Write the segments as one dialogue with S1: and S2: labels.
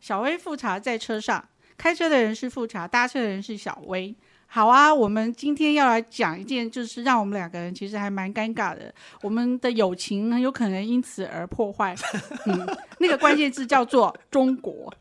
S1: 小薇富察在车上，开车的人是富察，搭车的人是小薇。好啊，我们今天要来讲一件，就是让我们两个人其实还蛮尴尬的，我们的友情很有可能因此而破坏。嗯，那个关键字叫做中国，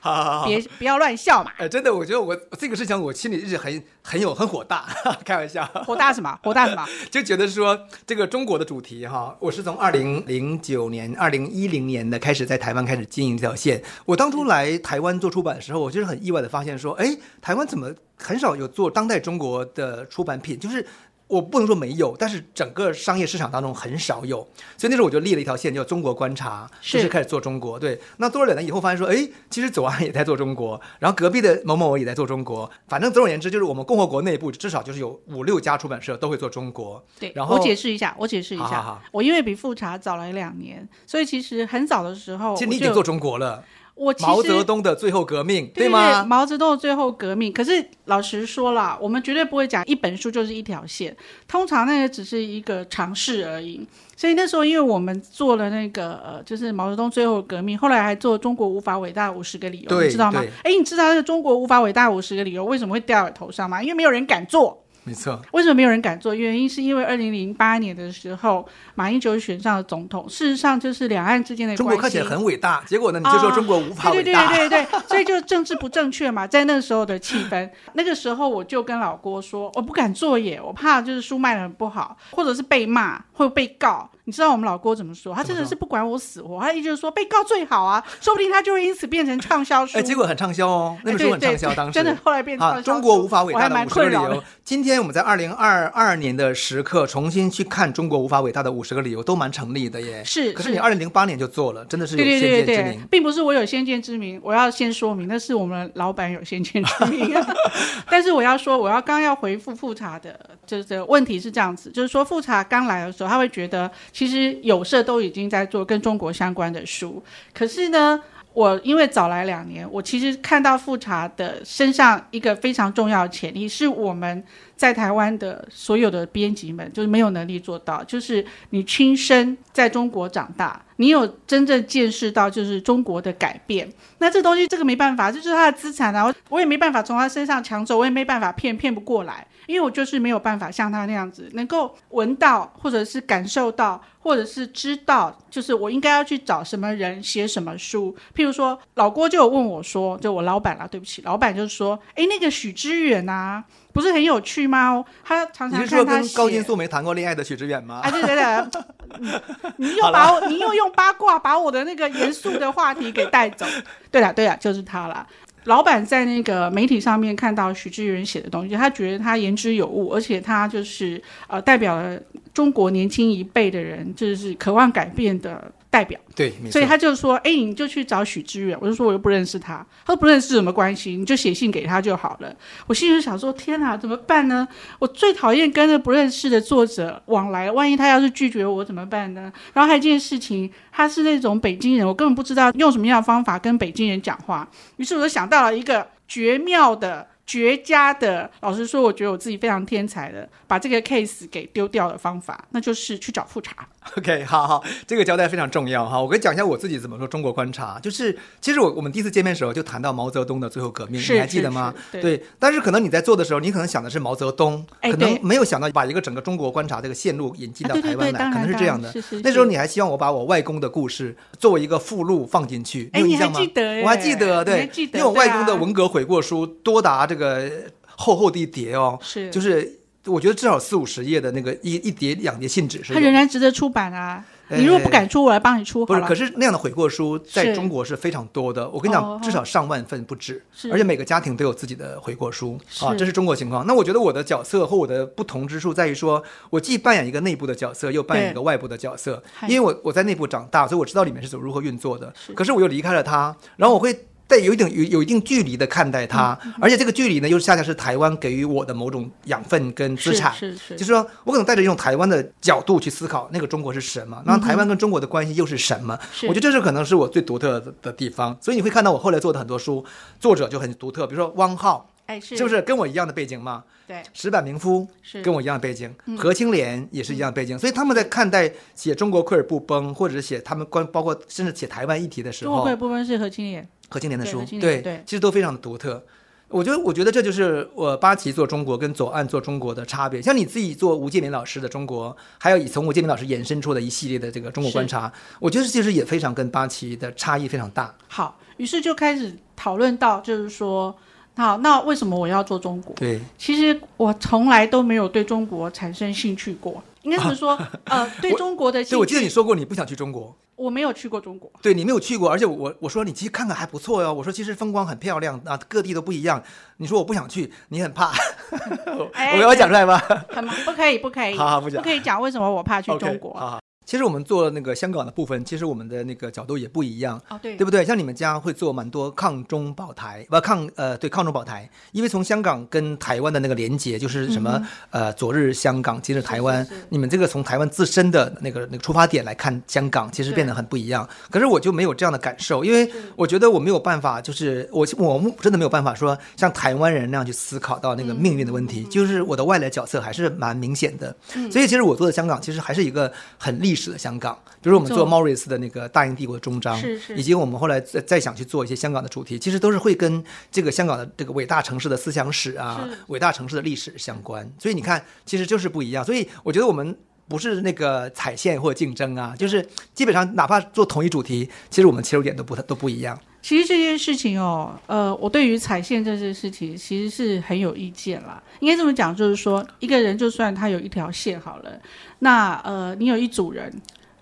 S2: 好好好好，
S1: 别不要乱笑嘛，
S2: 哎，真的，我觉得我这个事情我心里一直很很有很火大， 开玩笑，
S1: 火大什么？火大什 么？
S2: 就觉得说这个中国的主题哈，我是从二零零九年、二零一零年的开始在台湾开始经营这条线。我当初来台湾做出版的时候，我就是很意外的发现说，哎，台湾怎么很少有做当代中国的出版品？就是我不能说没有，但是整个商业市场当中很少有。所以那时候我就立了一条线，叫中国观察，
S1: 是
S2: 就是开始做中国。对，那做了两年以后，发现说，哎，其实左岸也在做中国，然后隔壁的某某也在做中国。反正总而言之，就是我们共和国内部至少就是有五六家出版社都会做中国。
S1: 对，
S2: 然
S1: 我
S2: 后
S1: 解释一下，我解释一下，
S2: 好好好
S1: 我因为比富察早来两年，所以其实很早的时候，
S2: 其实
S1: 哦我
S2: 你已经
S1: 就
S2: 做中国了，
S1: 我其实
S2: 毛泽东的最后革命，
S1: 对对
S2: 吗？
S1: 毛泽东的最后革命，可是老实说啦，我们绝对不会讲一本书就是一条线，通常那个只是一个尝试而已。所以那时候，因为我们做了那个呃，就是毛泽东最后革命，后来还做《中国无法伟大五十个理由》，
S2: 对
S1: 你知道吗
S2: 对？
S1: 哎，你知道这个《中国无法伟大五十个理由》为什么会掉在头上吗？因为没有人敢做。
S2: 没错，
S1: 为什么没有人敢做？原因是因为二零零八年的时候，马英九选上了总统。事实上，就是两岸之间的
S2: 中
S1: 关
S2: 国
S1: 系。
S2: 看起来很伟大，结果呢，你就说
S1: 啊
S2: 中国无法
S1: 对
S2: 伟
S1: 对
S2: 大。
S1: 对对对对，所以就政治不正确嘛，在那时候的气氛，那个时候我就跟老郭说，我不敢做耶，我怕就是书卖的很不好，或者是被骂，会被告。你知道我们老郭怎么说？他真的是不管我死活，他一直说被告最好啊，说不定他就会因此变成畅销书。
S2: 哎，结果很畅销哦，那
S1: 哎
S2: 本
S1: 对
S2: 书很
S1: 对
S2: 畅销，
S1: 对
S2: 当时
S1: 真的后来变畅销书。
S2: 啊，中国无法伟
S1: 我还
S2: 大的
S1: 蛮
S2: 五十个
S1: 困
S2: 理
S1: 扰的
S2: 由。今天我们在二零二二年的时刻重新去看中国无法伟大的五十个理由，都蛮成立的耶。
S1: 是
S2: 可是
S1: 是
S2: 你二零零八年就做了，真的是有
S1: 对
S2: 先
S1: 对对
S2: 见
S1: 对
S2: 之
S1: 对
S2: 明。，
S1: 并不是我有先见之明，我要先说明，那是我们老板有先见之明。 但是我要说，我要刚要回复复查的，就是问题是这样子，就是说复查刚来的时候，他会觉得其实有社都已经在做跟中国相关的书，可是呢。我因为早来两年，我其实看到复查的身上一个非常重要的潜力，是我们在台湾的所有的编辑们就是没有能力做到，就是你亲身在中国长大，你有真正见识到就是中国的改变。那这东西这个没办法，这就是他的资产啊，我我也没办法从他身上抢走，我也没办法骗骗不过来，因为我就是没有办法像他那样子能够闻到，或者是感受到，或者是知道，就是我应该要去找什么人写什么书。譬如说，老郭就有问我说，就我老板啦，对不起，老板就说，诶，那个许知远啊。不是很有趣吗？他常
S2: 你
S1: 常
S2: 是说
S1: 看他
S2: 跟
S1: 写。
S2: 高金素梅谈过恋爱的许知远吗
S1: 啊，？对对对，嗯你又把我，你又用八卦把我的那个严肃的话题给带走。对啦，对啦，就是他啦。老板在那个媒体上面看到许知远写的东西，他觉得他言之有物，而且他就是呃代表了中国年轻一辈的人，就是渴望改变的代表。
S2: 对，没错
S1: 所以。他就说：“哎、你就去找许知远。”我就说：“我又不认识他。”他说：“不认识有什么关系？你就写信给他就好了。”我心里就想说：“天哪，怎么办呢？我最讨厌跟着不认识的作者往来，万一他要是拒绝我怎么办呢？”然后还有一件事情，他是那种北京人，我根本不知道用什么样的方法跟北京人讲话。于是我就想到了一个绝妙的。绝佳的，老实说，我觉得我自己非常天才的，把这个 case 给丢掉的方法，那就是去找复查。
S2: OK，好好，这个交代非常重要哈。我跟你讲一下我自己怎么说中国观察，就是其实我我们第一次见面的时候就谈到毛泽东的最后革命，
S1: 是
S2: 你还记
S1: 是
S2: 得吗
S1: 是？对
S2: 但是可能你在做的时候，你可能想的是毛泽东，
S1: 哎
S2: 可能
S1: 对
S2: 没有想到把一个整个中国观察这个线路引进
S1: 啊
S2: 到
S1: 对对
S2: 台湾
S1: 对，
S2: 来，
S1: 当然
S2: 可能是
S1: 当
S2: 这
S1: 然
S2: 样的。
S1: 是是
S2: 那
S1: 是
S2: 时候你还希望我把我外公的故事作为一个附录放进去，
S1: 哎
S2: 有
S1: 你
S2: 印
S1: 还
S2: 象吗
S1: 记得耶
S2: 我还记得，
S1: 你
S2: 对，
S1: 还记得
S2: 因为我外公
S1: 对
S2: 的
S1: 啊
S2: 文革悔过书多达这个厚厚的一叠哦，
S1: 是
S2: 就是我觉得至少四五十页的那个一一叠两叠信纸是
S1: 它
S2: 有
S1: 仍然值得出版啊！你如果不敢出，我来帮你出
S2: 不
S1: 好
S2: 是，
S1: 了。
S2: 可是那样的悔过书在
S1: 是
S2: 中国是非常多的。我跟你讲
S1: 哦，
S2: 至少上万份不止，
S1: 是
S2: 而且每个家庭都有自己的悔过书啊，
S1: 是
S2: 这是中国情况。那我觉得我的角色和我的不同之处在于说，我既扮演一个内部的角色，又扮演一个外部的角色。
S1: 嗨
S2: 因为我我在内部长大，所以我知道里面是怎么如何运作的。
S1: 是
S2: 可是我又离开了它，然后我会。带有一定有有一定距离的看待它，
S1: 嗯
S2: 而且这个距离呢，又恰恰是台湾给予我的某种养分跟资产。
S1: 是是，
S2: 就是是说我可能带着用台湾的角度去思考那个中国是什么，那台湾跟中国的关系又是什么？
S1: 嗯是
S2: 我觉得这是可能是我最独特的的地方，所以你会看到我后来做的很多书，作者就很独特，比如说汪浩，
S1: 哎是
S2: 是不？是跟我一样的背景嘛？
S1: 对，
S2: 石板明夫
S1: 是
S2: 跟我一样的背景，
S1: 嗯
S2: 何清莲也是一样的背景，所以他们在看待写中国溃而不崩，或者写他们关包括甚至写台湾议题的时
S1: 中国
S2: 候
S1: 贵，部分是何清莲，
S2: 何青年的
S1: 对
S2: 书
S1: 何，青
S2: 对
S1: 年对
S2: 其实都非常的独特。我觉得，我觉得这就是我八旗做中国跟左岸做中国的差别。像你自己做吴建民老师的中国，还有以从吴建民老师衍生出的一系列的这个中国观察，我觉得其实也非常跟八旗的差异非常大。
S1: 好，于是就开始讨论到，就是说，好，那为什么我要做中国？
S2: 对，
S1: 其实我从来都没有对中国产生兴趣过，应该怎么 说？呃，对中国的
S2: 对，
S1: 兴
S2: 我
S1: 趣，
S2: 记得你说过你不想去中国，
S1: 我没有去过 中国。
S2: 对你没有去过，而且我我说你其实看看还不错哟、我说其实风光很漂亮啊，各地都不一样。你说我不想去，你很怕，
S1: 哎
S2: 我要讲出来吗？
S1: 很不可以，不可以，
S2: 好好不讲
S1: 不可以讲为什么我怕去
S2: OK，
S1: 中国。
S2: 好好其实我们做那个香港的部分，其实我们的那个角度也不一样。
S1: 哦，对
S2: 对，不对？像你们家会做蛮多抗中保台，不抗呃对抗中保台，因为从香港跟台湾的那个连接，就是什么、呃昨日香港，今日台
S1: 嗯
S2: 湾，
S1: 是是是
S2: 你们这个从台湾自身的那个那个出发点来看香港，其实变得很不一样。可是我就没有这样的感受，因为我觉得我没有办法，就是我我真的没有办法说像台湾人那样去思考到那
S1: 嗯
S2: 个命运的问题，就是我的外来角色还是蛮明显的。
S1: 嗯
S2: 所以其实我做的香港，其实还是一个很历史的香港，比如我们做
S1: 没
S2: Morris 的那个大英帝国的终章，
S1: 是是
S2: 以及我们后来再再想去做一些香港的主题，其实都是会跟这个香港的这个伟大城市的思想史啊
S1: 是，
S2: 伟大城市的历史相关。所以你看，其实就是不一样。所以我觉得我们。不是那个踩线或竞争啊，就是基本上哪怕做同一主题，其实我们切入点都不都不一样。
S1: 其实这件事情哦，呃，我对于踩线这件事情其实是很有意见啦。应该这么讲，就是说，一个人就算他有一条线好了，那呃，你有一组人，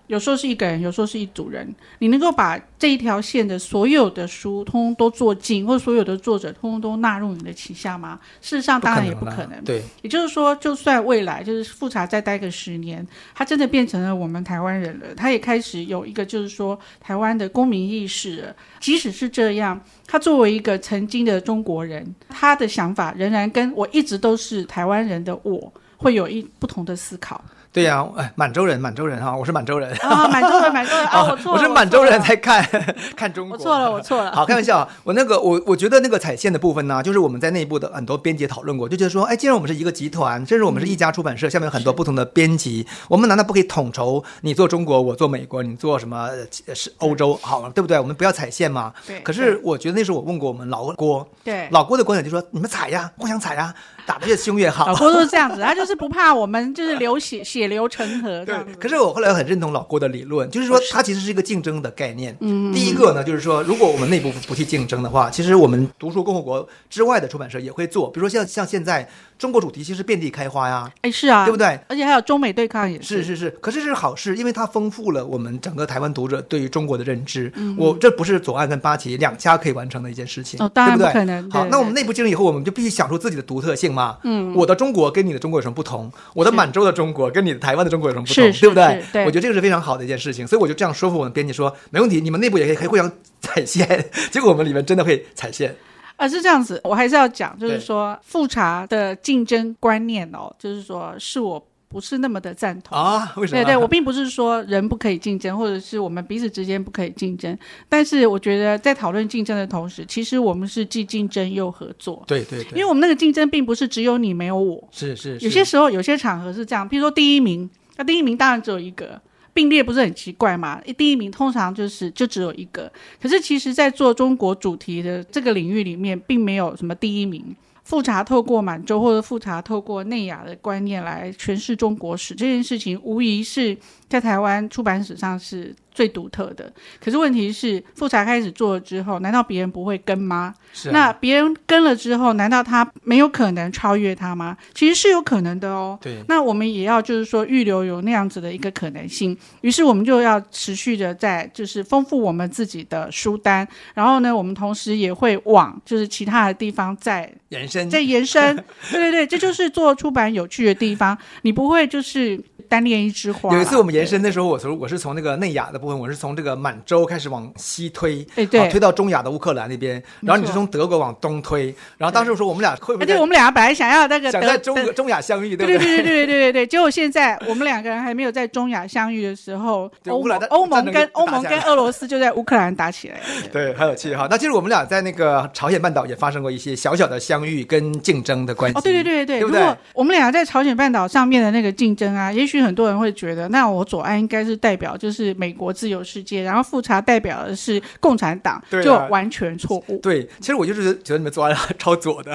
S1: 有时候是一个人，有时候是一组人，你能够把这一条线的所有的书通通都做尽，或所有的作者通通都纳入你的旗下吗？事实上，当然也不
S2: 啦
S1: 可能。
S2: 啊对，
S1: 也就是说，就算未来就是复查再待个十年，他真的变成了我们台湾人了，他也开始有一个就是说台湾的公民意识了。即使是这样，他作为一个曾经的中国人，他的想法仍然跟我一直都是台湾人的我。会有一不同的思 考
S2: 对呀、哎，满洲人，满洲人哈、我是满洲人
S1: 啊，满洲人，满洲人啊，我错了，
S2: 哦是满洲人
S1: 我错了
S2: 在看 看中国，
S1: 我错了，我 错了，
S2: 好，开玩笑啊，我那个我我觉得那个踩线的部分呢，就是我们在内部的很多编辑讨论过，就觉得说，哎，既然我们是一个集团，甚至我们
S1: 嗯
S2: 是一家出版社，下面有很多不同的编辑，我们难道不可以统筹？你做中国，我做美国，你做什么呃是欧洲，好，对不对？我们不要踩线嘛。
S1: 对，
S2: 可是我觉得那时候我问过我们老郭，
S1: 对，
S2: 老郭的观点就说，你们踩呀，互相踩呀，打得越凶越好
S1: 老。郭就是这样子，他就是不怕我们就是流血血流成河这
S2: 对
S1: 样，子。
S2: 可是我后来很认同老郭的理论，哦就是说它其实是一个竞争的概念。嗯，第一个呢，就是说如果我们内部不不去竞争的话，其实我们读书共和国之外的出版社也会做，比如说像像现在中国主题其实遍地开花呀，
S1: 哎，是啊，
S2: 对不对？
S1: 而且还有中美对抗也
S2: 是是是，可是这是好事，因为它丰富了我们整个台湾读者对于中国的认知。我这不是左岸跟八旗两家可以完成的一件事情，
S1: 嗯哦当然
S2: 对不
S1: 不
S2: 对？
S1: 可能
S2: 好，
S1: 对
S2: 那我们内部竞争以后，我们就必须想出自己的独特性嘛。
S1: 嗯，
S2: 我的中国跟你的中国有什么不同？我的满洲的中国跟你的台湾的中国有什么不同？
S1: 是是
S2: 对不对
S1: 是对
S2: 我觉得这个是非常好的一件事情，所以我就这样说服我们编辑说，没问题，你们内部也可以可以互相踩线。 结果我们里面真的会踩线，
S1: 啊，是这样子，我还是要讲，就
S2: 对
S1: 是说复查的竞争观念哦，就是说是我不是那么的赞同。
S2: 啊？为什么？
S1: 对对，我并不是说人不可以竞争，或者是我们彼此之间不可以竞争，但是我觉得在讨论竞争的同时，其实我们是既竞争又合作，
S2: 对对
S1: 因为
S2: 对，
S1: 我们那个竞争并不是只有你没有我，
S2: 是是是，
S1: 有些时候有些场合是这样，譬如说第一名，那第一名当然只有一个。并列不是很奇怪嘛？第一名通常就是就只有一个，可是其实，在做中国主题的这个领域里面，并没有什么第一名。复查透过满洲或者复查透过内亚的观念来诠释中国史这件事情，无疑是在台湾出版史上是最独特的。可是问题是，复查开始做了之后，难道别人不会跟吗？
S2: 是啊
S1: 那别人跟了之后，难道他没有可能超越他吗？其实是有可能的哦。
S2: 对
S1: 那我们也要就是说预留有那样子的一个可能性，于是我们就要持续的在就是丰富我们自己的书单，然后呢，我们同时也会往就是其他的地方再
S2: 延伸
S1: 再延 伸。对对对，这就是做出版有趣的地方，你不会就是单恋一枝花啦。
S2: 有一次我们延伸的时候，我从我是从那个内亚的部分，我是从这个满洲开始往西推，
S1: 哎对
S2: 啊推到中亚的乌克兰那边，
S1: 没错
S2: 然后你是从德国往东推，然后当时我说我们俩会不
S1: 而
S2: 会
S1: 且
S2: 在
S1: 我们俩本来想要那个
S2: 想
S1: 得
S2: 在中
S1: 得
S2: 国中亚相遇，对
S1: 对
S2: 不
S1: 对
S2: 对？
S1: 对对对对对对，结果现在我们两个人还没有在中亚相遇的时候，
S2: 对
S1: 欧
S2: 乌克兰
S1: 盟
S2: 的
S1: 欧盟
S2: 战争
S1: 跟
S2: 就
S1: 欧
S2: 打
S1: 盟
S2: 起来
S1: 跟
S2: 了
S1: 俄罗斯就在乌克兰打起来了。
S2: 对，很有趣哈。那其实我们俩在那个朝鲜半岛也发生过一些小小的相遇跟竞争的关系。
S1: 哦，对对对对
S2: 对不
S1: 如
S2: 对
S1: 果我们两个在朝鲜半岛上面的那个竞争啊，也许许很多人会觉得，那我左岸应该是代表就是美国自由世界，然后富察代表的是共产党，
S2: 对啊
S1: 就完全错误。
S2: 对，其实我就是觉得你们左岸超左的，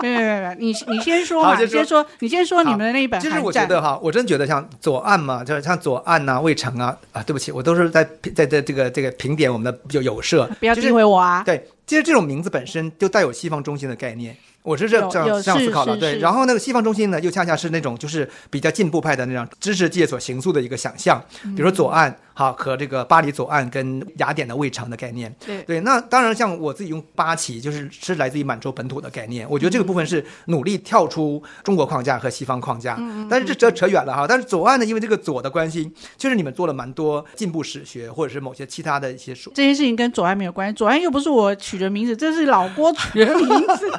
S1: 没有没有没有，你你先说
S2: 好
S1: 嘛，
S2: 先
S1: 你
S2: 说
S1: 先说，你先说你们的那一本
S2: 就是
S1: 韩
S2: 我觉
S1: 战
S2: 得哈，我真觉得像左岸嘛，就是像左岸呐、魏城啊，啊，对不起，我都是在在在这个这个评点我们的有有色，
S1: 不要
S2: 就是
S1: 诋毁我啊！
S2: 对，其实这种名字本身就带有西方中心的概念，我是这
S1: 有
S2: 这样
S1: 有
S2: 这样思
S1: 是
S2: 考的。
S1: 是
S2: 对，
S1: 是
S2: 然后那个西方中心呢，又恰恰是那种就是比较进步派的那样知识界所形塑的一个想象，比如说左岸哈和这个巴黎左岸跟雅典的卫城的概念。
S1: 对
S2: 对，那当然，像我自己用八旗，就是是来自于满洲本土的概念。我觉得这个部分
S1: 嗯
S2: 是努力跳出中国框架和西方框架，
S1: 嗯
S2: 但是这这扯远了哈。但是左岸呢，因为这个左的关系，确实你们做了蛮多进步史学或者是某些其他的一些书。
S1: 这件事情跟左岸没有关系，左岸又不是我取的名字，这是老郭取的名字。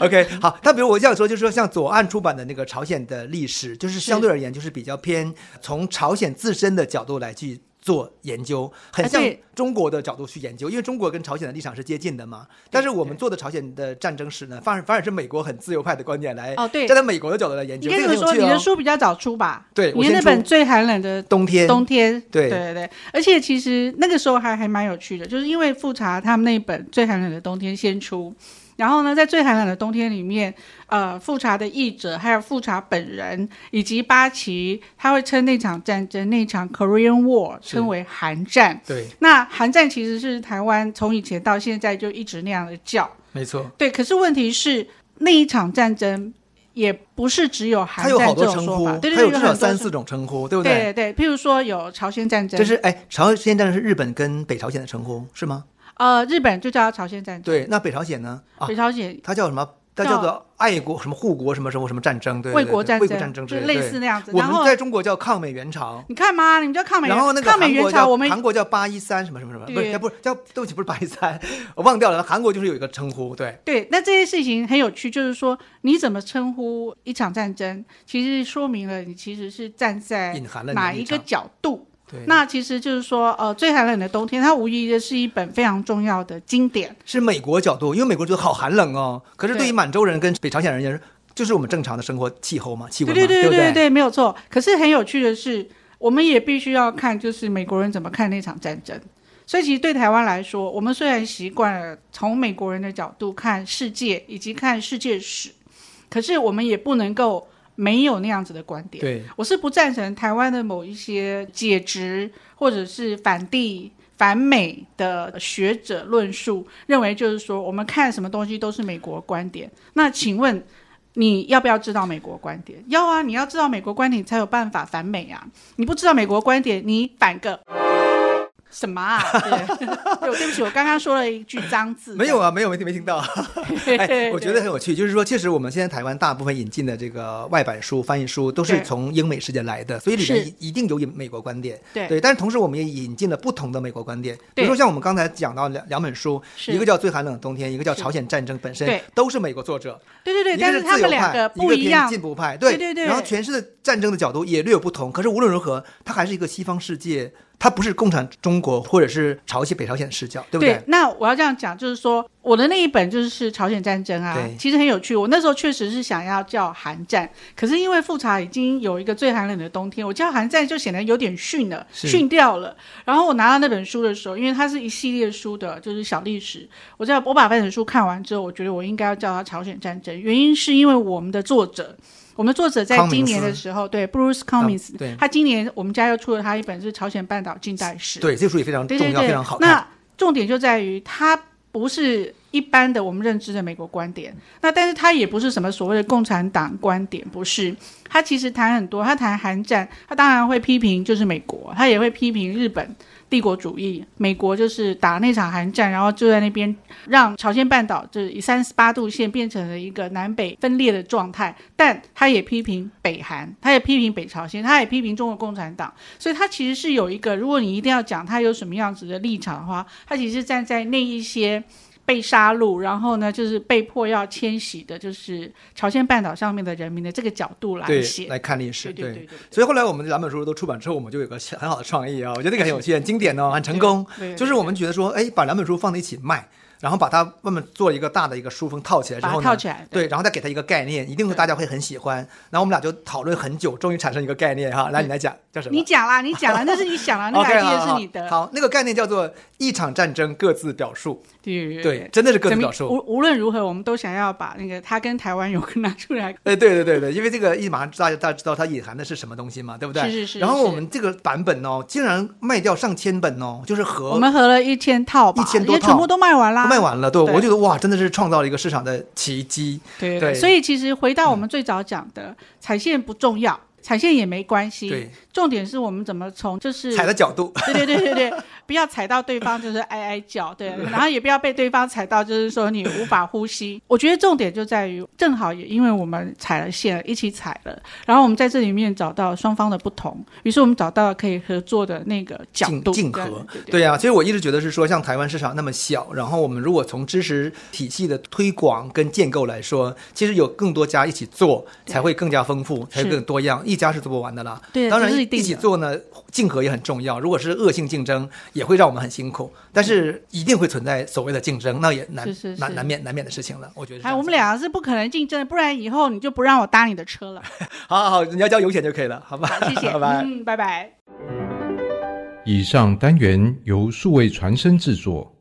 S2: OK，好，但比如我这样说，就是说像左岸出版的那个朝鲜的历史，就是相对而言就是比较偏从朝鲜自身的角度来去。做研究很
S1: 啊
S2: 像
S1: 对
S2: 中国的角度去研究，因为中国跟朝鲜的立场是接近的嘛。但是我们做的朝鲜的战争史呢，反而反而是美国很自由派的观点来
S1: 哦对
S2: 站在美国的角度来研
S1: 你
S2: 究。
S1: 跟你
S2: 这个
S1: 们
S2: 很有
S1: 说，
S2: 趣
S1: 你的
S2: 哦
S1: 书比较早出吧？
S2: 对我
S1: 你的
S2: 先
S1: 那本最寒冷的
S2: 冬天
S1: 冬天，
S2: 对
S1: 对对，而且其实那个时候还还蛮有趣的，就是因为富察他们那本《最寒冷的冬天》先出，然后呢，在《最寒冷的冬天》里面，呃，富察的译者还有富察本人以及八旗，他会称那场战争那场 Korean War
S2: 是
S1: 称为韩战。
S2: 对，
S1: 那韩战其实是台湾从以前到现在就一直那样的叫，
S2: 没错，
S1: 对。可是问题是那一场战争。也不是只有韩
S2: 它有
S1: 战
S2: 好
S1: 这
S2: 多
S1: 种
S2: 称
S1: 说
S2: 呼，
S1: 法，对对
S2: 它
S1: 对，
S2: 有
S1: 有
S2: 至
S1: 很多
S2: 少三
S1: 种
S2: 四种称呼，对不
S1: 对对，譬如说有朝鲜战争，
S2: 这是哎，朝鲜战争是日本跟北朝鲜的称呼是吗？
S1: 呃，日本就叫朝鲜战争，
S2: 对，那北朝鲜呢？啊，
S1: 北朝鲜
S2: 它叫什么？它
S1: 叫
S2: 叫做爱国什么护国什么什么什么战争，对，对
S1: 卫
S2: 对
S1: 国战
S2: 卫
S1: 争，
S2: 国战争之
S1: 就
S2: 类
S1: 类
S2: 的，对
S1: 似那样子。
S2: 我
S1: 然
S2: 们
S1: 后
S2: 在中国叫抗美援朝，
S1: 你看嘛，你们叫抗美援，
S2: 然后那个
S1: 抗美
S2: 韩
S1: 援
S2: 国
S1: 朝，
S2: 叫
S1: 我们
S2: 韩国叫八一三什么什么什么，不是
S1: 对
S2: 不是叫对不起不是八一三，我忘掉了，韩国就是有一个称呼，对，
S1: 对，那这些事情很有趣，就是说你怎么称呼一场战争，其实说明了你其实是站在
S2: 隐含了你的
S1: 哎哪一
S2: 立
S1: 个
S2: 场
S1: 角度。
S2: 对，
S1: 那其实就是说，呃，最寒冷的冬天，它无疑的是一本非常重要的经典。
S2: 是美国角度，因为美国觉得好寒冷哦，可是对于
S1: 对
S2: 满洲人跟北朝鲜人也是，就是我们正常的生活气候嘛，气温嘛，
S1: 对对
S2: 不
S1: 对
S2: 对？
S1: 对，没有错。可是很有趣的是，我们也必须要看，就是美国人怎么看那场战争。所以其实对台湾来说，我们虽然习惯了从美国人的角度看世界以及看世界史，可是我们也不能够没有那样子的观点。
S2: 对
S1: 我是不赞成台湾的某一些解职或者是反帝。反美的学者论述认为，就是说我们看什么东西都是美国观点。那请问你要不要知道美国观点？要啊，你要知道美国观点，你才有办法反美啊！你不知道美国观点，你反个什么啊？对， 对对不起，我刚刚说了一句脏字。
S2: 没有啊，没有没听没听到。哎，我觉得很有趣，就是说，确实我们现在台湾大部分引进的这个外版书、翻译书都是
S1: 对
S2: 从英美世界来的，所以里
S1: 是
S2: 面一定有美国观点。
S1: 对
S2: 但是同时我们也引进了不同的美国观点，比如
S1: 对
S2: 说像我们刚才讲到两两本书，
S1: 是
S2: 一个叫《最寒冷的冬天》，一个叫《
S1: 是
S2: 朝鲜战争》，本身
S1: 对
S2: 都是美国作者，
S1: 对对对，
S2: 一
S1: 但
S2: 个
S1: 他
S2: 自由
S1: 们两
S2: 派，
S1: 不
S2: 一个
S1: 一
S2: 偏
S1: 样。
S2: 进步派，
S1: 对对对
S2: 然后诠释的战争的角度也略有不同，可是无论如何，它还是一个西方世界，它不是共产中国或者是朝鲜、北朝鲜的视角，对不对？
S1: 那我要这样讲，就是说我的那一本就是朝鲜战争啊
S2: 对，
S1: 其实很有趣。我那时候确实是想要叫韩战，可是因为复查已经有一个最寒冷的冬天，我叫韩战就显得有点逊了，
S2: 是
S1: 逊掉了。然后我拿到那本书的时候，因为它是一系列书的，就是小历史。我在我把那本书看完之后，我觉得我应该要叫它朝鲜战争，原因是因为我们的作者。我们作者在
S2: 康
S1: 今
S2: 明
S1: 年
S2: 斯
S1: 的时候，对 Bruce Cummings，、
S2: 对
S1: 他今年我们家又出了他一本是朝鲜半岛近代史，
S2: 对，这个书也非常
S1: 对
S2: 重
S1: 对
S2: 要，
S1: 对，
S2: 非常好看。
S1: 那重点就在于它不是一般的我们认知的美国观点，那但是它也不是什么所谓的共产党观点，不是。他其实谈很多，他谈韩战，他当然会批评就是美国，他也会批评日本帝国主义。美国就是打那场韩战，然后就在那边让朝鲜半岛就是以三十八度线变成了一个南北分裂的状态。但他也批评北韩，他也批评北朝鲜，他也批评中国共产党。所以他其实是有一个，如果你一定要讲他有什么样子的立场的话，他其实是站在那一些。被杀戮，然后呢，就是被迫要迁徙的，就是朝鲜半岛上面的人民的这个角度来
S2: 对
S1: 写，
S2: 来看历史，
S1: 对对对对
S2: 所以后来我们这两本书都出版之后，我们就有个很好的创意啊，我觉得那个很有趣、很经典哦，很成功。
S1: 对对对
S2: 就是我们觉得说，哎，把两本书放在一起卖，然后把它外面做一个大的一个书封套起来之
S1: 把它
S2: 后
S1: 套
S2: 呢，
S1: 起来。
S2: 对，然后再给它一个概念，一定会
S1: 对
S2: 大家会很喜欢。然后我们俩就讨论很久，终于产生一个概念哈。来，你来讲叫什么
S1: 你？讲啦，你讲啦，那是你 想啦，那
S2: OK，
S1: 个 idea
S2: 好
S1: 是你的。
S2: 好，好那个概念叫做一场战争各自表述，
S1: 对
S2: 对，，真的是各自
S1: 怎么
S2: 表述。
S1: 无无论如何，我们都想要把那个他跟台湾有个拿出来。
S2: 哎， 对对对对，因为这个一马上大家大家知道它隐含的是什么东西嘛，对不对？
S1: 是是是
S2: 然后我
S1: 是
S2: 们这个版本哦，竟然卖掉上千本哦，就是和
S1: 我们合了一千套吧，
S2: 1000多
S1: 因为
S2: 套
S1: 全部都卖完啦。
S2: 都卖完了，对
S1: 对
S2: 我觉得哇，真的是创造了一个市场的奇迹。
S1: 对
S2: 对嗯
S1: 所以其实回到我们最早讲的，产线不重要，产线也没关系，
S2: 对，
S1: 重点是我们怎么从就是
S2: 踩的角度，
S1: 对对对对对，不要踩到对方就是哀哀叫，对，然后也不要被对方踩到，就是说你无法呼吸。我觉得重点就在于，正好也因为我们踩了线，一起踩了，然后我们在这里面找到双方的不同，于是我们找到了可以合作的那个角
S2: 竞
S1: 度，
S2: 竞
S1: 对
S2: 合
S1: 对对
S2: 对呀、所以我一直觉得是说，像台湾市场那么小，然后我们如果从知识体系的推广跟建构来说，其实有更多家一起做，
S1: 对
S2: 才会更加丰富，才会
S1: 是
S2: 更多样，一家是做不完的啦。
S1: 对
S2: 当然
S1: 这是
S2: 一
S1: 一定的
S2: 起做呢，竞合也很重要。如果是恶性竞争，也会让我们很辛苦，但是一定会存在所谓的竞争，那也难
S1: 嗯是是
S2: 难
S1: 是
S2: 难免难免的事情了。我觉得是这
S1: 哎，
S2: 样子。
S1: 我们俩是不可能竞争的，不然以后你就不让我搭你的车了。
S2: 好好好，你要交油钱就可以了， 好吧？
S1: 好，谢谢，
S2: 拜拜。
S1: 嗯，拜拜。
S3: 以上单元由数位传声制作，